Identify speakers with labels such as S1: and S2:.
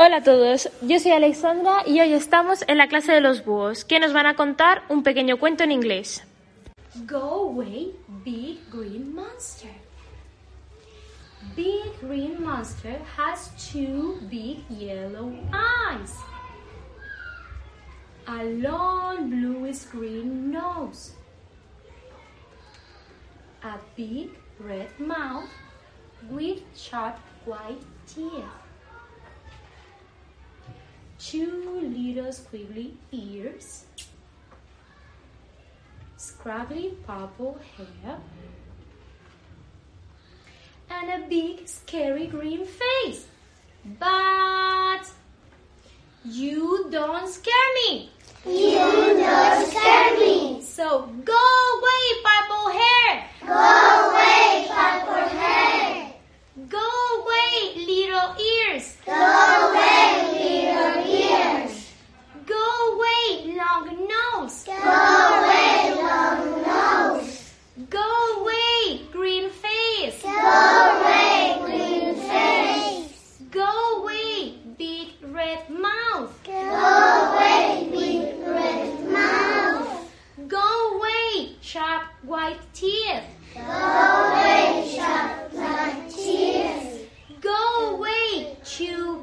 S1: Hola a todos, yo soy Alexandra y hoy estamos en la clase de los búhos, que nos van a contar un pequeño cuento en inglés.
S2: Go away, big green monster. Big green monster has two big yellow eyes, a long bluish green nose, a big red mouth with sharp white teeth, two little squiggly ears, scraggly purple hair, and a big scary green face. But you don't scare me.
S3: You don't scare me.
S2: So go away, purple hair.
S3: Go away, purple hair.
S2: Go away, little ears.
S3: Go away, little ears.
S2: Go away, long nose.
S3: Go away, long nose.
S2: Go away, green face.
S3: Go away, green face.
S2: Go away, big red mouth.
S3: Go away, big red mouth.
S2: Go away, sharp white teeth.
S3: Go away, sharp black teeth.
S2: Go away, chew